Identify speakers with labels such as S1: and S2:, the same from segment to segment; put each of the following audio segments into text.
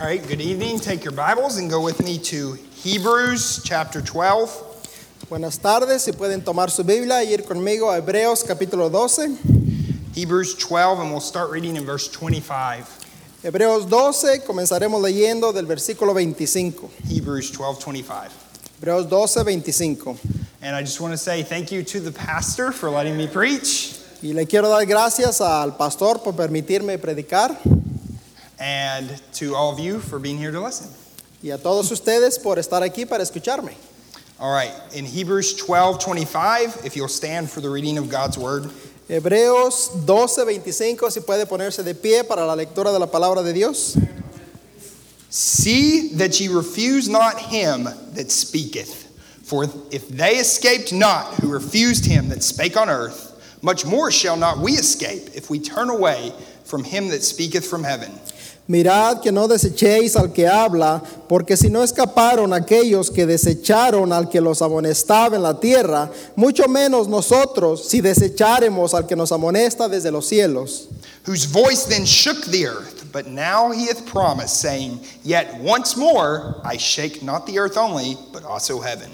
S1: All right, good evening. Take your Bibles and go with me to Hebrews chapter 12.
S2: Buenas tardes, si pueden tomar su Biblia y ir conmigo a Hebreos capítulo 12.
S1: Hebrews 12, and we'll start reading in verse 25.
S2: Hebreos 12, comenzaremos leyendo del versículo 25.
S1: Hebrews 12, 25.
S2: Hebreos 12, 25.
S1: And I just want to say thank you to the pastor for letting me preach.
S2: Y le quiero dar gracias al pastor por permitirme predicar
S1: and to all of you for being here to listen.
S2: y a todos ustedes por estar aquí para escucharme.
S1: All right, in Hebrews 12 25, if you'll stand for the reading of God's word.
S2: Hebreos 12, 25, si puede ponerse de pie para la lectura de la palabra de Dios.
S1: See that ye refuse not him that speaketh. For if they escaped not who refused him that spake on earth, much more shall not we escape if we turn away from him that speaketh from heaven.
S2: Mirad que no desechéis al que habla, porque si no escaparon aquellos que desecharon al que los amonestaba en la tierra, mucho menos nosotros si desecháremos al que nos amonesta desde los cielos.
S1: Whose voice then shook the earth, but now he hath promised, saying, Yet once more I shake not the earth only, but also heaven.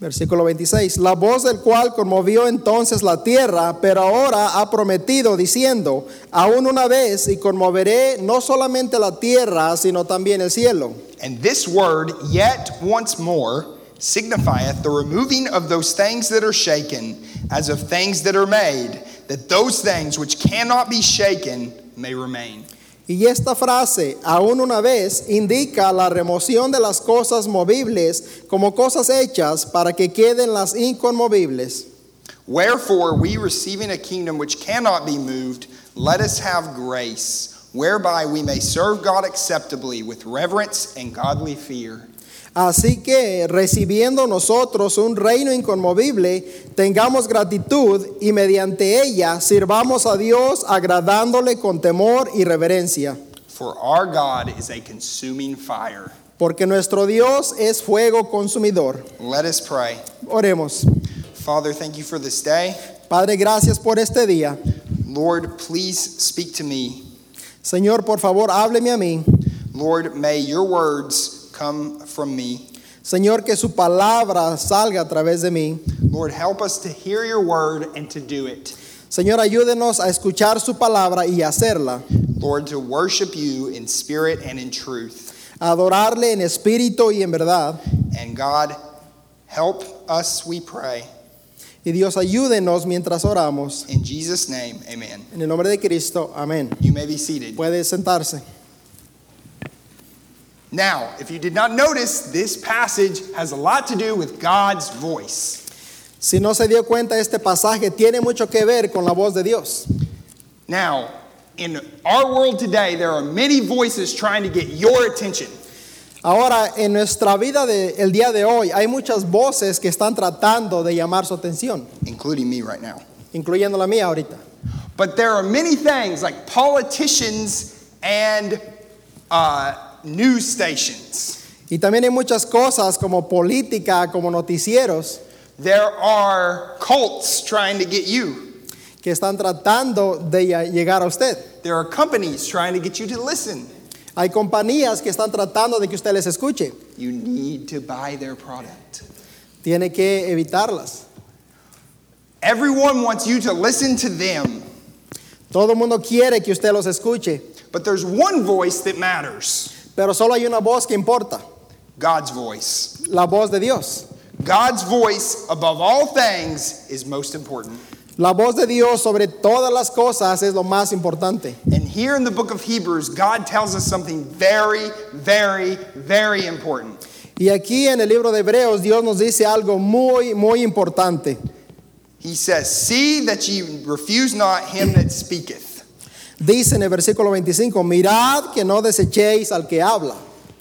S2: Versículo 26. La voz del cual conmovió entonces la tierra, pero ahora ha prometido diciendo, aún una vez y conmoveré no solamente la tierra, sino también el cielo.
S1: And this word, yet once more, signifieth the removing of those things that are shaken, as of things that are made, that those things which cannot be shaken may remain.
S2: Y esta frase, aún una vez, indica la remoción de las cosas movibles como cosas hechas para que queden las inconmovibles.
S1: Wherefore, we receiving a kingdom which cannot be moved, let us have grace, whereby we may serve God acceptably with reverence and godly fear.
S2: Así que, recibiendo nosotros un reino inconmovible, tengamos gratitud y mediante ella sirvamos a Dios agradándole con temor y reverencia.
S1: For our God is a consuming fire.
S2: Porque nuestro Dios es fuego consumidor.
S1: Let us pray.
S2: Oremos.
S1: Father, thank you for this day.
S2: Padre, gracias por este día.
S1: Lord, please speak to me.
S2: Señor, por favor, hábleme a mí.
S1: Lord, may your words come from me.
S2: Señor, que su palabra salga a través de mí.
S1: Lord, help us to hear your word and to do it.
S2: Señor, ayúdenos a escuchar su palabra y hacerla.
S1: Lord, to worship you in spirit and in truth.
S2: A adorarle en espíritu y en verdad.
S1: And God, help us, we pray.
S2: Y Dios, ayúdenos mientras oramos.
S1: In Jesus' name, amen.
S2: En el nombre de Cristo, amén.
S1: You may be seated.
S2: Puede sentarse.
S1: Now, if you did not notice, this passage has a lot to do with God's voice.
S2: Si no se dio cuenta, este pasaje tiene mucho que ver con la voz de Dios.
S1: Now, in our world today, there are many voices trying to get your attention.
S2: Ahora, en nuestra vida del día de hoy, hay muchas voces que están tratando de llamar su atención,
S1: Including me right now.
S2: incluyendo la mía ahorita.
S1: But there are many things like politicians and uh, news stations.
S2: Y también hay muchas cosas como política, como noticieros,
S1: There are cults trying to get you.
S2: que están tratando de ya- llegar a usted.
S1: There are companies trying to get you to listen.
S2: Hay compañías que están tratando de que usted les escuche.
S1: You need to buy their product.
S2: Tiene que evitarlas.
S1: Everyone wants you to listen to them,
S2: Todo el mundo quiere que usted los escuche,
S1: but there's one voice that matters
S2: pero solo hay una voz que importa,
S1: God's voice.
S2: la voz de Dios.
S1: God's voice, above all things, is most important.
S2: La voz de Dios sobre todas las cosas es lo más importante.
S1: And here in the book of Hebrews, God tells us something very, very, very important.
S2: Y aquí en el libro de Hebreos Dios nos dice algo muy, muy importante.
S1: He says, See that ye refuse not him that speaketh.
S2: Dice en el versículo 25, mirad que no desechéis al que habla.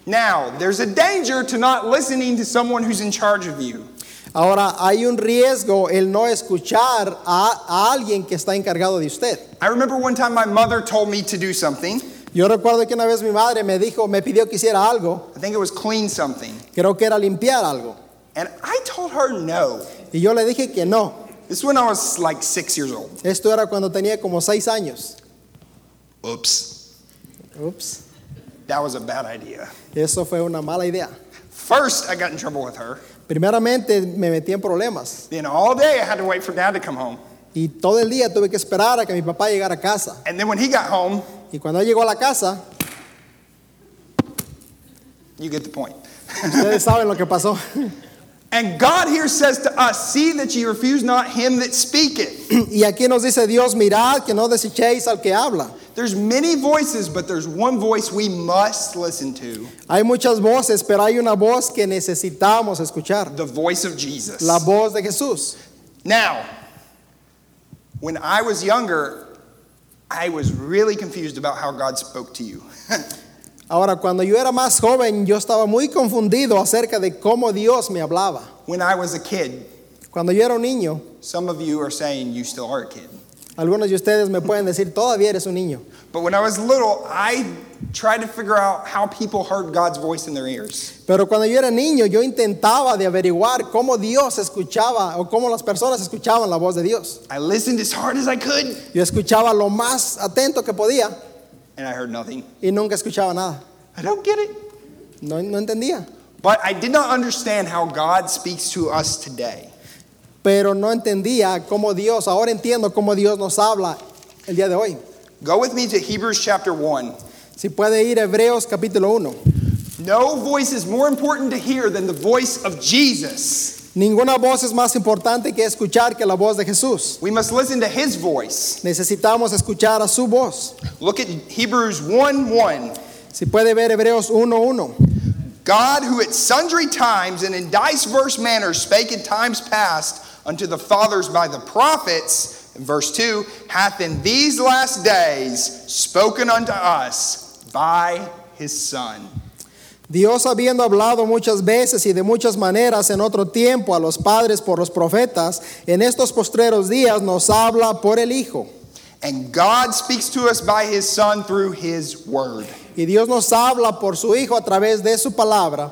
S1: Now, there's a danger to not listening to someone who's in charge of you.
S2: Ahora, hay un riesgo el no escuchar a, a alguien que está encargado de usted.
S1: I remember one time my mother told me to do something.
S2: Yo recuerdo que una vez mi madre me dijo, me pidió que hiciera algo,
S1: I think it was clean something.
S2: creo que era limpiar algo.
S1: And I told her no.
S2: Y yo le dije que no.
S1: This is when I was like six years old.
S2: Esto era cuando tenía como seis años.
S1: Oops.
S2: Ups.
S1: That was a bad idea.
S2: Eso fue una mala idea.
S1: First, I got in trouble with her.
S2: Primeramente me metí en problemas
S1: Then all day I had to wait for dad to come home.
S2: y todo el día tuve que esperar a que mi papá llegara a casa.
S1: And then when he got home,
S2: Y cuando él llegó a la casa,
S1: you get the point.
S2: ustedes saben lo que pasó.
S1: And God here says to us, see that ye refuse not him that speaketh.
S2: Y aquí nos dice Dios, mirad que no desechéis al que habla.
S1: There's many voices, but there's one voice we must listen to,
S2: Hay muchas voces, pero hay una voz que necesitamos escuchar,
S1: the voice of Jesus.
S2: la voz de Jesús.
S1: Now, when I was younger, I was really confused about how God spoke to you.
S2: Ahora, cuando yo era más joven, yo estaba muy confundido acerca de cómo Dios me hablaba.
S1: when I was a kid,
S2: Cuando yo era un niño,
S1: some of you are saying you still are a kid.
S2: algunos de ustedes me pueden decir, todavía eres un niño.
S1: But when I was little, I tried to figure out how people heard God's voice in their ears.
S2: Pero cuando yo era niño, yo intentaba de averiguar cómo Dios escuchaba o cómo las personas escuchaban la voz de Dios.
S1: I listened as hard as I could,
S2: Yo escuchaba lo más atento que podía
S1: and I heard nothing.
S2: y nunca escuchaba nada.
S1: I don't get it.
S2: No, no entendía.
S1: But I did not understand how God speaks to us today.
S2: Pero no entendía cómo Dios, ahora entiendo cómo Dios nos habla el día de hoy.
S1: Go with me to Hebrews chapter 1.
S2: Si puede ir a Hebreos capítulo 1.
S1: No voice is more important to hear than the voice of Jesus.
S2: Ninguna voz es más importante que escuchar que la voz de Jesús.
S1: We must listen to his voice.
S2: Necesitamos escuchar a su voz.
S1: Look at Hebrews 1 1.
S2: Si puede ver Hebreos 1.1.
S1: God, who at sundry times and in diverse manners spake in times past unto the fathers by the prophets, in verse 2, hath in these last days spoken unto us by his Son.
S2: Dios habiendo hablado muchas veces y de muchas maneras en otro tiempo a los padres por los profetas, en estos postreros días nos habla por el Hijo.
S1: And God speaks to us by his Son through his word.
S2: Y Dios nos habla por su Hijo a través de su palabra.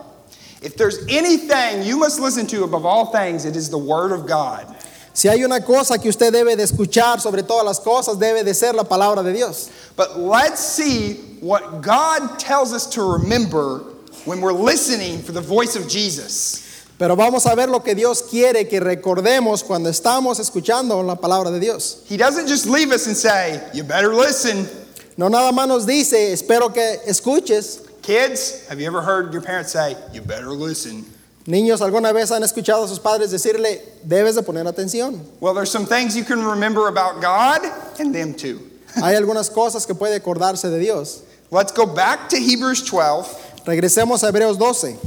S1: If there's anything you must listen to above all things, it is the word of God.
S2: Si hay una cosa que usted debe de escuchar sobre todas las cosas, debe de ser la palabra de Dios.
S1: But let's see what God tells us to remember when we're listening for the voice of Jesus.
S2: Pero vamos a ver lo que Dios quiere que recordemos cuando estamos escuchando la palabra de Dios.
S1: He doesn't just leave us and say, You better listen.
S2: No nada más nos dice, espero que escuches.
S1: Kids, have you ever heard your parents say, You better listen?
S2: Niños, ¿alguna vez han escuchado a sus padres decirle, debes de poner atención?
S1: Well, there's some things you can remember about God and them too.
S2: Hay algunas cosas que puede acordarse de Dios.
S1: Let's go back to Hebrews 12,
S2: Regresemos a Hebreos 12.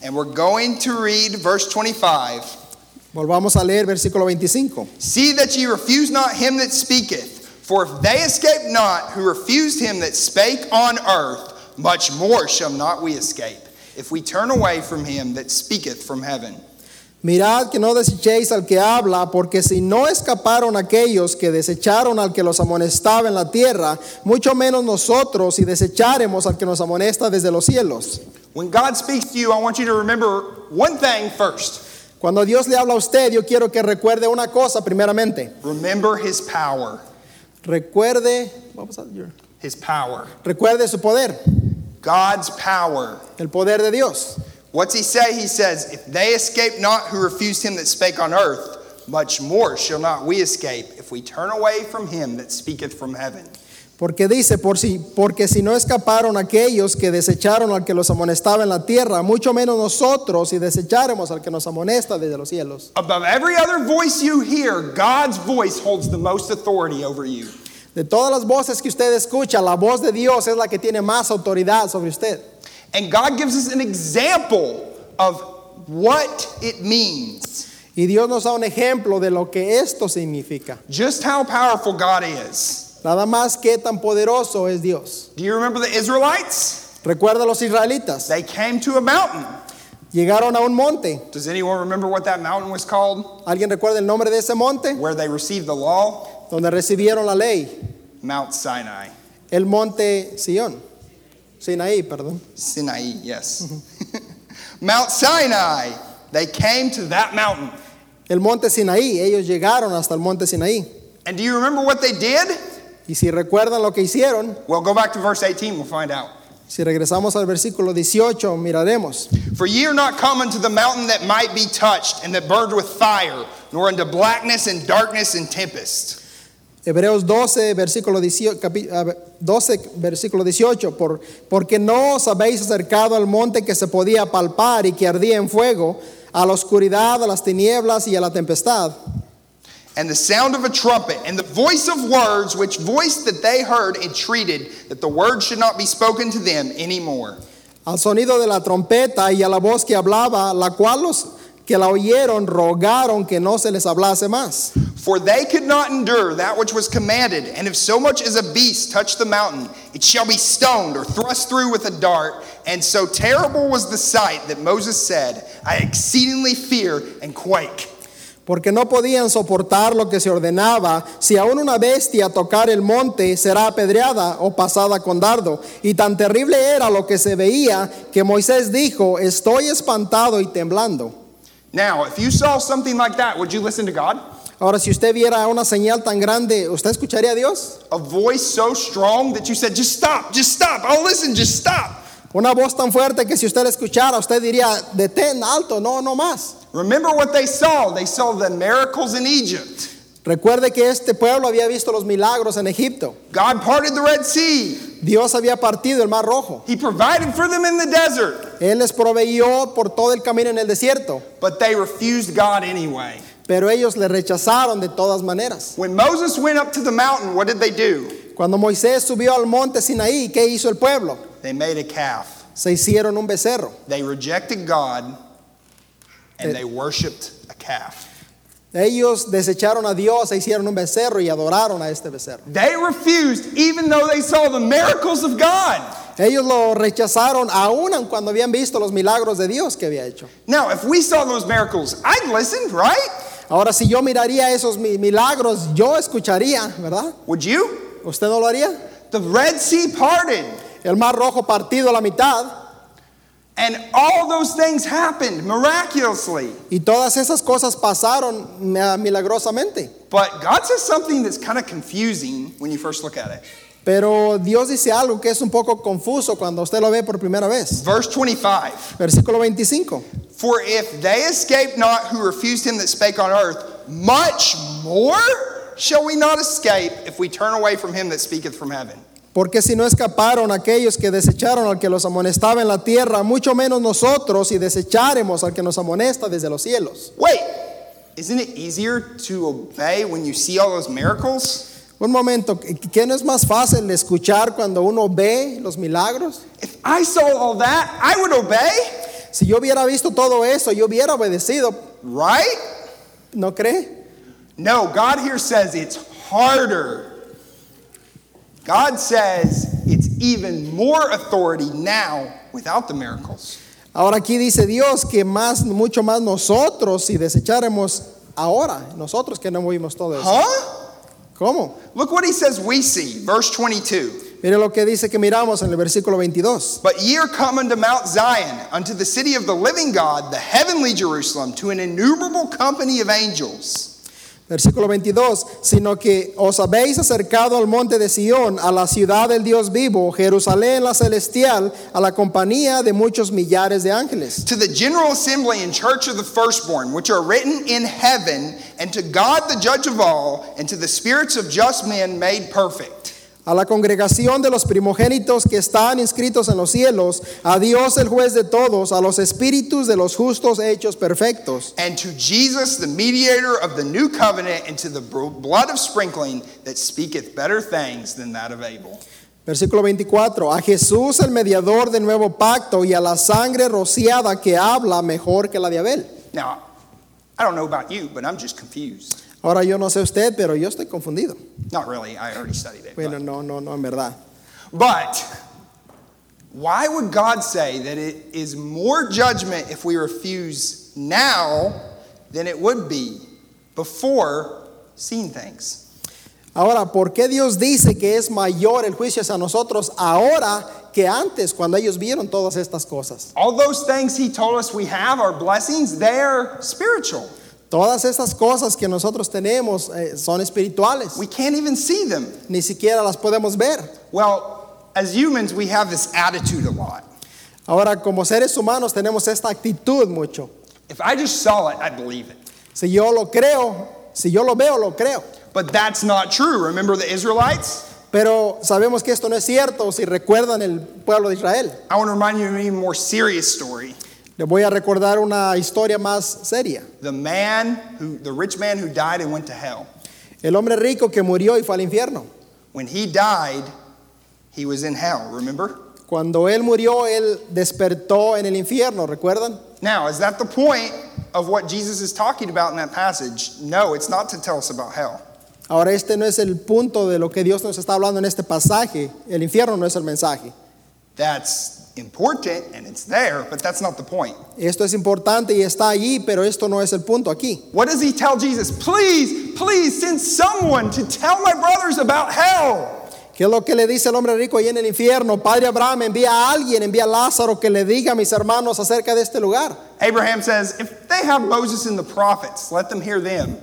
S1: and we're going to read verse 25.
S2: Volvamos a leer versículo 25.
S1: See that ye refuse not him that speaketh. For if they escape not who refused him that spake on earth, much more shall not we escape, if we turn away from him that speaketh from heaven.
S2: Mirad que no desechéis al que habla, porque si no escaparon aquellos que desecharon al que los amonestaba en la tierra, mucho menos nosotros si desecharemos al que nos amonesta desde los cielos.
S1: When God speaks to you, I want you to remember one thing first.
S2: Cuando Dios le habla a usted, yo quiero que recuerde una cosa primeramente.
S1: Remember his power.
S2: Recuerde,
S1: His power.
S2: recuerde su poder,
S1: God's power.
S2: el poder de Dios.
S1: What's he say? He says, If they escape not who refused him that spake on earth, much more shall not we escape if we turn away from him that speaketh from heaven.
S2: Porque dice, por si, porque si no escaparon aquellos que desecharon al que los amonestaba en la tierra, mucho menos nosotros si desecháramos al que nos amonesta desde los cielos.
S1: Above every other voice you hear, God's voice holds the most authority over you.
S2: De todas las voces que usted escucha, la voz de Dios es la que tiene más autoridad sobre usted.
S1: And God gives us an example of what it means,
S2: Y Dios nos da un ejemplo de lo que esto significa.
S1: just how powerful God is.
S2: Nada más que tan poderoso es Dios.
S1: Do you remember the Israelites?
S2: Recuerda a los israelitas,
S1: They came to a mountain.
S2: llegaron a un monte.
S1: Does anyone remember what that mountain was called?
S2: ¿Alguien recuerda el nombre de ese monte?
S1: Where they received the law?
S2: Donde recibieron la ley.
S1: Mount Sinai.
S2: El monte Sión. Sinaí, perdón.
S1: Sinai, yes. Mount Sinai. They came to that mountain.
S2: El monte Sinaí, ellos llegaron hasta el monte Sinaí.
S1: And do you remember what they did?
S2: Y si recuerdan lo que hicieron,
S1: Well, go back to verse 18, we'll find out.
S2: Si regresamos al versículo 18, miraremos.
S1: For ye are not come unto the mountain that might be touched and that burned with fire, nor unto blackness and darkness and tempest.
S2: Hebreos 12, versículo 18, capi- ah, 12, versículo 18, por, porque no os habéis acercado al monte que se podía palpar y que ardía en fuego, a la oscuridad, a las tinieblas y a la tempestad,
S1: And the sound of a trumpet, and the voice of words, which voice that they heard entreated that the word should not be spoken to them any more.
S2: al sonido de la trompeta y a la voz que hablaba, la cual los que la oyeron rogaron que no se les hablase más.
S1: For they could not endure that which was commanded, and if so much as a beast touch the mountain, it shall be stoned or thrust through with a dart. And so terrible was the sight that Moses said, I exceedingly fear and quake.
S2: porque no podían soportar lo que se ordenaba. Si aún una bestia tocar el monte, será apedreada o pasada con dardo. Y tan terrible era lo que se veía que Moisés dijo, estoy espantado y temblando.
S1: Now, if you saw something like that, would you listen to God?
S2: Ahora, si usted viera una señal tan grande, ¿usted escucharía a Dios?
S1: A voice so strong that you said, Just stop, just stop, I'll listen, just stop.
S2: Una voz tan fuerte que si usted la escuchara, usted diría, detén alto, no, no más.
S1: Remember what they saw. They saw the miracles in Egypt.
S2: Recuerde que este pueblo había visto los milagros en Egipto.
S1: God parted the Red Sea,
S2: Dios había partido el mar rojo.
S1: He provided for them in the desert,
S2: Él les proveyó por todo el camino en el desierto.
S1: but they refused God anyway.
S2: Pero ellos le rechazaron de todas maneras.
S1: When Moses went up to the mountain, what did they do?
S2: Cuando Moisés subió al monte Sinaí, ¿qué hizo el pueblo?
S1: They made a calf.
S2: Se hicieron un becerro.
S1: They rejected God and they worshiped a calf.
S2: Ellos desecharon a Dios, se hicieron un becerro y adoraron a este becerro.
S1: They refused even though they saw the miracles of God.
S2: Ellos lo rechazaron aún aun cuando habían visto los milagros de Dios que había hecho.
S1: Now, if we saw those miracles, I'd listen, right?
S2: Ahora, si yo miraría esos mi- milagros, yo escucharía, ¿verdad?
S1: Would you?
S2: ¿Usted no lo haría?
S1: The Red Sea parted
S2: El mar rojo partido a la mitad
S1: and all those things happened miraculously.
S2: y todas esas cosas pasaron eh, milagrosamente.
S1: But God says something that's kind of confusing when you first look at it.
S2: Pero Dios dice algo que es un poco confuso cuando usted lo ve por primera vez.
S1: Verse 25
S2: Versículo 25.
S1: For if they escape not who refused him that spake on earth, much more shall we not escape if we turn away from him that speaketh from heaven.
S2: Porque si no escaparon aquellos que desecharon al que los amonestaba en la tierra, mucho menos nosotros si desecharemos al que nos amonesta desde los cielos.
S1: Wait, isn't it easier to obey when you see all those miracles?
S2: Un momento, ¿qué no es más fácil escuchar cuando uno ve los milagros?
S1: If I saw all that, I would obey,
S2: Si yo hubiera visto todo eso, yo hubiera obedecido,
S1: right?
S2: ¿no cree?
S1: No, God here says it's harder. God says it's even more authority now without the miracles.
S2: Ahora aquí dice Dios que más, mucho más nosotros si desecharemos ahora, nosotros que no vimos todo eso.
S1: Huh?
S2: ¿Cómo?
S1: Look what he says we see, verse 22.
S2: Mire lo que dice que miramos en el versículo 22.
S1: But ye are come unto Mount Zion, unto the city of the living God, the heavenly Jerusalem, to an innumerable company of angels,
S2: Versículo 22, sino que os habéis acercado al monte de Sión, a la ciudad del Dios vivo, Jerusalén la celestial, a la compañía de muchos millares de ángeles,
S1: to the general assembly and church of the firstborn, which are written in heaven, and to God the judge of all, and to the spirits of just men made perfect,
S2: a la congregación de los primogénitos que están inscritos en los cielos, a Dios el juez de todos, a los espíritus de los justos hechos perfectos,
S1: and to Jesus, the mediator of the new covenant, and to the bro- blood of sprinkling that speaketh better things than that of Abel.
S2: Versículo 24, a Jesús el mediador del nuevo pacto y a la sangre rociada que habla mejor que la de Abel.
S1: Now, I don't know about you, but I'm just confused.
S2: Ahora yo no sé usted, pero yo estoy confundido.
S1: Not really, I already studied it. but-
S2: Bueno, no, no, no, en verdad.
S1: But why would God say that it is more judgment if we refuse now than it would be before seeing things?
S2: Ahora, ¿por qué Dios dice que es mayor el juicio hacia nosotros ahora que antes, cuando ellos vieron todas estas cosas?
S1: All those things He told us we have are blessings, they're spiritual.
S2: Todas estas cosas que nosotros tenemos eh, son espirituales,
S1: We can't even see them.
S2: ni siquiera las podemos ver.
S1: Well, as humans, we have this attitude a lot.
S2: Ahora, como seres humanos tenemos esta actitud mucho.
S1: If I just saw it, I believe it.
S2: Si yo lo creo, si yo lo veo, lo creo.
S1: But that's not true. Remember the Israelites?
S2: Pero sabemos que esto no es cierto si recuerdan el pueblo de Israel.
S1: I want to remind you of an even more serious story.
S2: Les voy a recordar una historia más seria.
S1: The man who, the rich man who died and went to hell.
S2: El hombre rico que murió y fue al infierno.
S1: When he died, he was in hell, remember?
S2: Cuando él murió, él despertó en el infierno, ¿recuerdan?
S1: Now, is that the point of what Jesus is talking about in that passage? No, it's not to tell us about hell.
S2: Ahora este no es el punto de lo que Dios nos está hablando en este pasaje. El infierno no es el mensaje.
S1: That's important and it's there, but that's not the point.
S2: Esto es importante y está allí, pero esto no es el punto aquí.
S1: What does he tell Jesus? Please, please send someone to tell my brothers about hell.
S2: ¿Qué es lo que le dice el hombre rico ahí en el infierno? Padre Abraham, envía a alguien, envía a Lázaro que le diga a mis hermanos acerca de este lugar.
S1: Abraham says, If they have Moses and the prophets, let them hear them.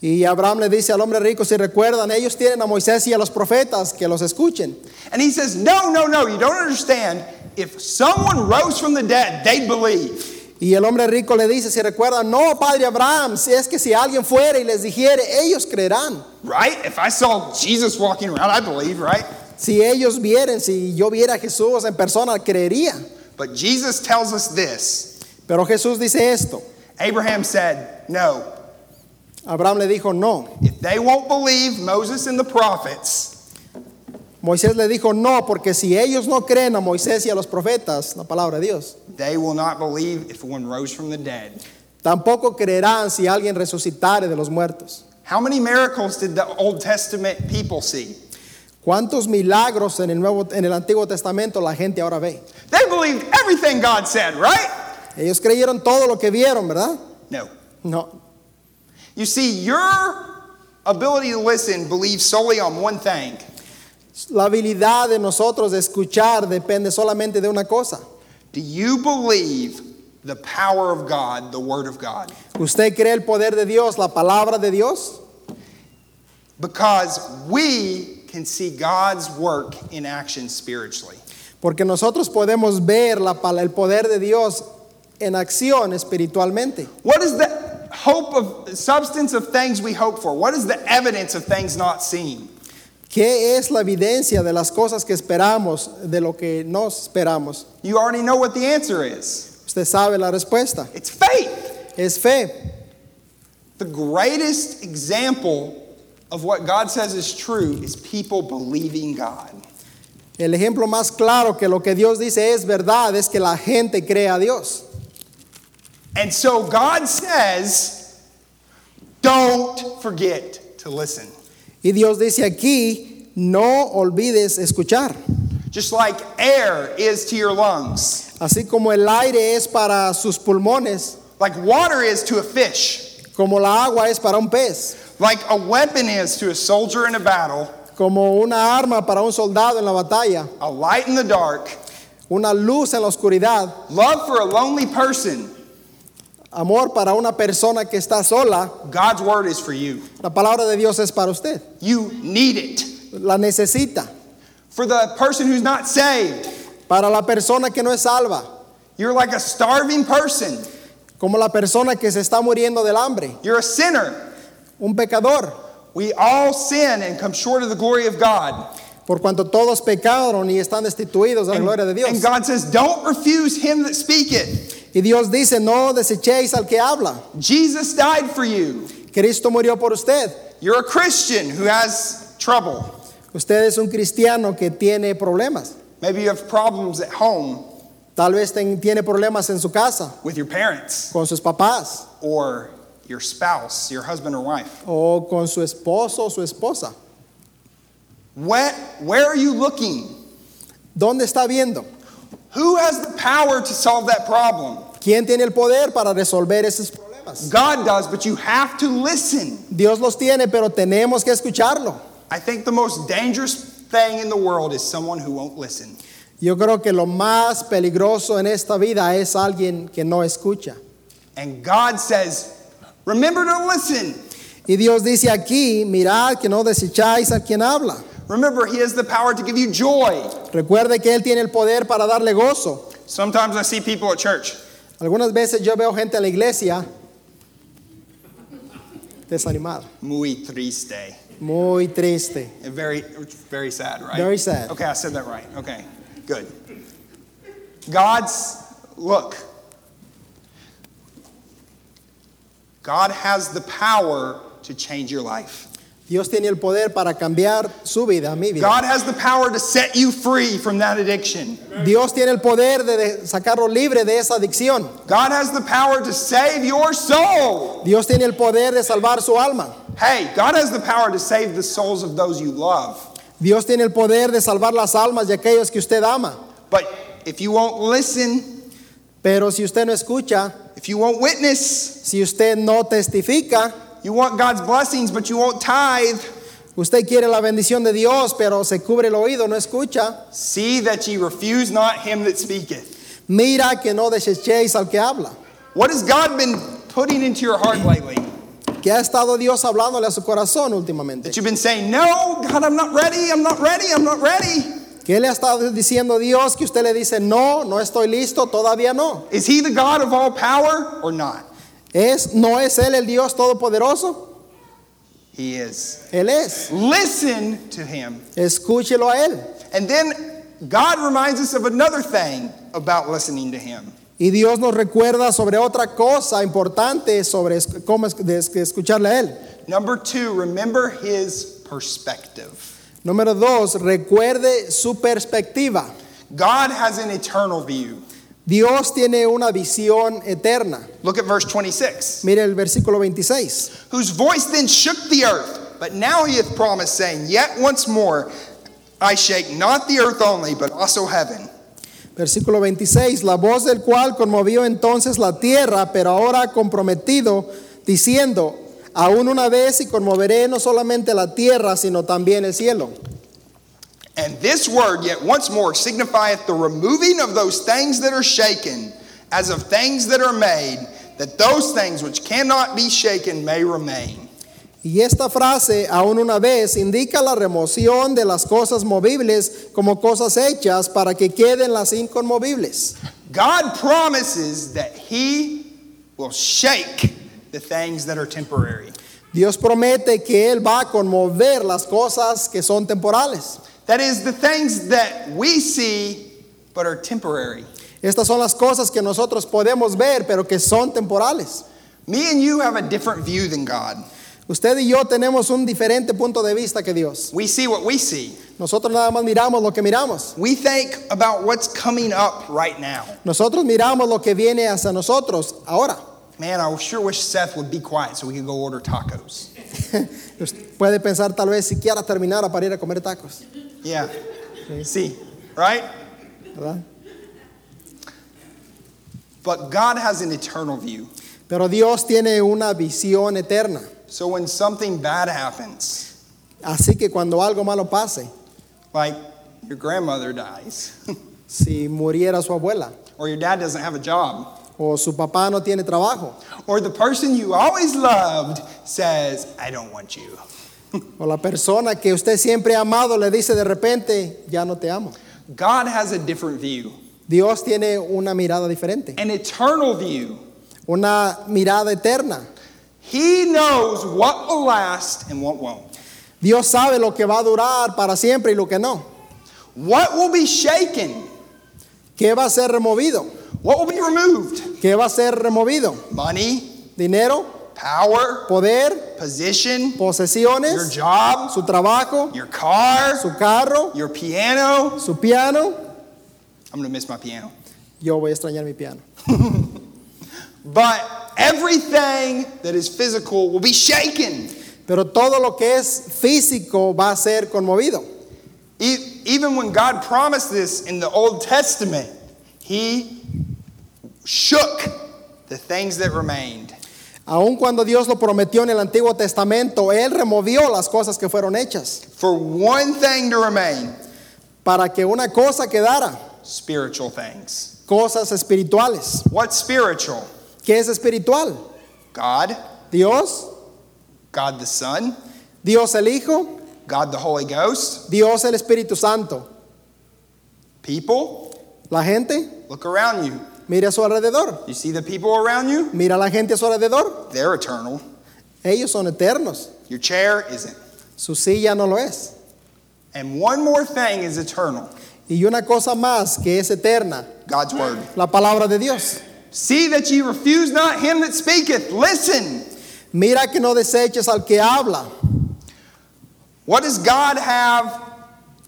S2: Y Abraham le dice al hombre rico, si recuerdan, ellos tienen a Moisés y a los profetas, que los escuchen.
S1: And he says, No, no, no, you don't understand. If someone rose from the dead, they'd believe.
S2: Y el hombre rico le dice, si recuerdan, no, padre Abraham, si es que si alguien fuera y les dijere, ellos creerán.
S1: Right? If I saw Jesus walking around, I believe, right?
S2: Si ellos vieren, si yo viera a Jesús en persona, creería.
S1: But Jesus tells us this
S2: Pero Jesús dice esto.
S1: Abraham said, No,
S2: Abraham le dijo, no.
S1: if they won't believe Moses and the prophets,
S2: Moisés le dijo, no, porque si ellos no creen a Moisés y a los profetas, la palabra de Dios,
S1: they will not believe if one rose from the dead.
S2: tampoco creerán si alguien resucitare de los muertos.
S1: How many miracles did the Old Testament people see?
S2: ¿Cuántos milagros en el, Nuevo, en el Antiguo Testamento la gente ahora ve?
S1: They believed everything God said, right?
S2: Ellos creyeron todo lo que vieron, ¿verdad?
S1: No.
S2: No.
S1: You see, your ability to listen believes solely on one thing.
S2: La habilidad de nosotros de escuchar depende solamente de una cosa.
S1: Do you believe the power of God, the Word of God?
S2: ¿Usted cree el poder de Dios, la palabra de Dios?
S1: Because we can see God's work in action spiritually.
S2: Porque nosotros podemos ver la pala- el poder de Dios en acción espiritualmente.
S1: What is the hope of substance of things we hope for? What is the evidence of things not seen?
S2: ¿Qué es la evidencia de las cosas que esperamos, de lo que no esperamos?
S1: You already know what the answer is.
S2: Usted sabe la respuesta.
S1: It's faith.
S2: Es fe.
S1: The greatest example of what God says is true is people believing God.
S2: El ejemplo más claro que lo que Dios dice es verdad es que la gente cree a Dios.
S1: And so God says, don't forget to listen.
S2: Y Dios dice aquí, no olvides escuchar.
S1: Just like air is to your lungs,
S2: Así como el aire es para sus pulmones,
S1: like water is to a fish,
S2: como la agua es para un pez,
S1: like a weapon is to a soldier in a battle,
S2: como una arma para un soldado en la batalla,
S1: a light in the dark,
S2: una luz en la oscuridad,
S1: love for a lonely person.
S2: amor para una persona que está sola,
S1: God's word is for you.
S2: la palabra de Dios es para usted.
S1: You need it.
S2: La necesita.
S1: For the person who's not saved,
S2: Para la persona que no es salva,
S1: you're like a starving person.
S2: como la persona que se está muriendo del hambre,
S1: You're a sinner.
S2: un pecador,
S1: We all sin and come short of the glory of God.
S2: por cuanto todos pecaron y están destituidos de la
S1: And,
S2: gloria de Dios.
S1: and God says, Don't refuse him that speaketh.
S2: Y Dios dice, no desechéis al que habla.
S1: Jesus died for you.
S2: Cristo murió por usted.
S1: You're a Christian who has trouble.
S2: Usted es un cristiano que tiene problemas.
S1: Maybe you have problems at home
S2: Tal vez ten- tiene problemas en su casa,
S1: with your parents
S2: con sus papás
S1: or your spouse, your husband or wife.
S2: o con su esposo o su esposa.
S1: What, where are you looking?
S2: ¿Dónde está viendo?
S1: Who has the power to solve that problem?
S2: ¿Quién tiene el poder para resolver esos problemas?
S1: God does, but you have to listen.
S2: Dios los tiene, pero tenemos que escucharlo.
S1: I think the most dangerous thing in the world is someone who won't listen.
S2: Yo creo que lo más peligroso en esta vida es alguien que no escucha.
S1: And God says, remember to listen.
S2: Y Dios dice aquí, mirad que no desecháis a quien habla.
S1: Remember, He has the power to give you joy.
S2: Recuerde que Él tiene el poder para darle gozo.
S1: Sometimes I see people at church,
S2: Algunas veces yo veo gente en la iglesia desanimada,
S1: muy triste.
S2: muy triste.
S1: And very, very sad, right?
S2: Very sad.
S1: Okay, I said that right. Okay, good. God's, look, God has the power to change your life.
S2: Dios tiene el poder para cambiar su vida, mi vida.
S1: God has the power to set you free from that addiction.
S2: Dios tiene el poder de- de sacarlo libre de esa adicción.
S1: God has the power to save your soul.
S2: Dios tiene el poder de salvar su alma.
S1: Hey, God has the power to save the souls of those you love.
S2: Dios tiene el poder de salvar las almas de aquellos que usted ama.
S1: But if you won't listen,
S2: Pero si usted no escucha,
S1: if you won't witness,
S2: si usted no testifica,
S1: you want God's blessings, but you won't tithe,
S2: usted quiere la bendición de Dios, pero se cubre el oído, no escucha.
S1: See that ye refuse not him that speaketh.
S2: Mira que no desechéis al que habla.
S1: What has God been putting into your heart lately?
S2: Que ha estado Dios hablándole a su corazón últimamente.
S1: That you've been saying, No, God, I'm not ready, I'm not ready, I'm not ready.
S2: Que le ha estado diciendo Dios que usted le dice, no, no estoy listo, todavía no.
S1: Is he the God of all power or not?
S2: ¿Es, ¿No es Él el Dios todopoderoso?
S1: He is.
S2: Él es.
S1: Listen to him.
S2: Escúchelo a Él.
S1: And then God reminds us of another thing about listening to him.
S2: Y Dios nos recuerda sobre otra cosa importante, sobre es- cómo es- de es- de escucharle a Él.
S1: Number two, remember his perspective.
S2: Número dos, recuerde su perspectiva.
S1: God has an eternal view.
S2: Dios tiene una visión eterna.
S1: Look at verse 26.
S2: Mire el versículo 26.
S1: whose voice then shook the earth. But now he hath promised, saying, Yet once more I shake not the earth only, but also heaven.
S2: Versículo 26. La voz del cual conmovió entonces la tierra, pero ahora comprometido, diciendo, aún una vez y conmoveré no solamente la tierra, sino también el cielo.
S1: And this word, yet once more, signifieth the removing of those things that are shaken, as of things that are made, that those things which cannot be shaken may remain.
S2: Y esta frase, aún una vez, indica la remoción de las cosas movibles como cosas hechas para que queden las inconmovibles.
S1: God promises that he will shake the things that are temporary.
S2: Dios promete que Él va a conmover las cosas que son temporales.
S1: That is, the things that we see but are temporary.
S2: Estas son las cosas que nosotros podemos ver, pero que son temporales.
S1: Me and you have a different view than God.
S2: Usted y yo tenemos un diferente punto de vista que Dios.
S1: We see what we see.
S2: Nosotros nada más miramos lo que miramos.
S1: We think about what's coming up right now.
S2: Nosotros miramos lo que viene hacia nosotros ahora.
S1: Man, I sure wish Seth would be quiet so we could go order tacos.
S2: Usted puede pensar tal vez siquiera terminara para ir a comer tacos,
S1: Yeah. See, right?
S2: ¿verdad?
S1: But God has an eternal view.
S2: Pero Dios tiene una visión eterna.
S1: So when something bad happens,
S2: Así que cuando algo malo pase,
S1: like your grandmother dies,
S2: si muriera su abuela
S1: or your dad doesn't have a job,
S2: o su papá no tiene trabajo
S1: or the person you always loved says, I don't want you,
S2: o la persona que usted siempre ha amado le dice de repente, ya no te amo.
S1: God has a different view,
S2: Dios tiene una mirada diferente,
S1: an eternal view.
S2: una mirada eterna.
S1: He knows what will last and what won't.
S2: Dios sabe lo que va a durar para siempre y lo que no.
S1: What will be shaken?
S2: ¿Qué va a ser removido?
S1: What will be removed?
S2: ¿Qué va a ser removido?
S1: Money,
S2: Dinero,
S1: power,
S2: poder,
S1: position, your
S2: posesiones,
S1: job,
S2: su trabajo,
S1: your car,
S2: su carro,
S1: your piano.
S2: su piano.
S1: I'm gonna miss my piano.
S2: Yo voy a extrañar mi piano.
S1: But everything that is physical will be shaken.
S2: Pero todo lo que es físico va a ser conmovido.
S1: E- Even when God promised this in the Old Testament, He shook the things that remained.
S2: Aun cuando Dios lo prometió en el Antiguo Testamento, Él removió las cosas que fueron hechas
S1: For one thing to remain
S2: para que una cosa quedara,
S1: spiritual things.
S2: cosas espirituales.
S1: What's spiritual?
S2: ¿Qué es espiritual?
S1: God,
S2: Dios,
S1: God the Son,
S2: Dios el Hijo,
S1: God the Holy Ghost,
S2: Dios el Espíritu Santo.
S1: people,
S2: La gente,
S1: look around you.
S2: mire a su alrededor.
S1: You see the people around you?
S2: Mira a la gente a su alrededor.
S1: They're eternal.
S2: Ellos son eternos.
S1: Your chair isn't.
S2: Su silla no lo es.
S1: And one more thing is eternal
S2: Y una cosa más que es eterna,
S1: God's Word.
S2: la palabra de Dios.
S1: See that ye refuse not him that speaketh. Listen.
S2: Mira que no deseches al que habla.
S1: What does God have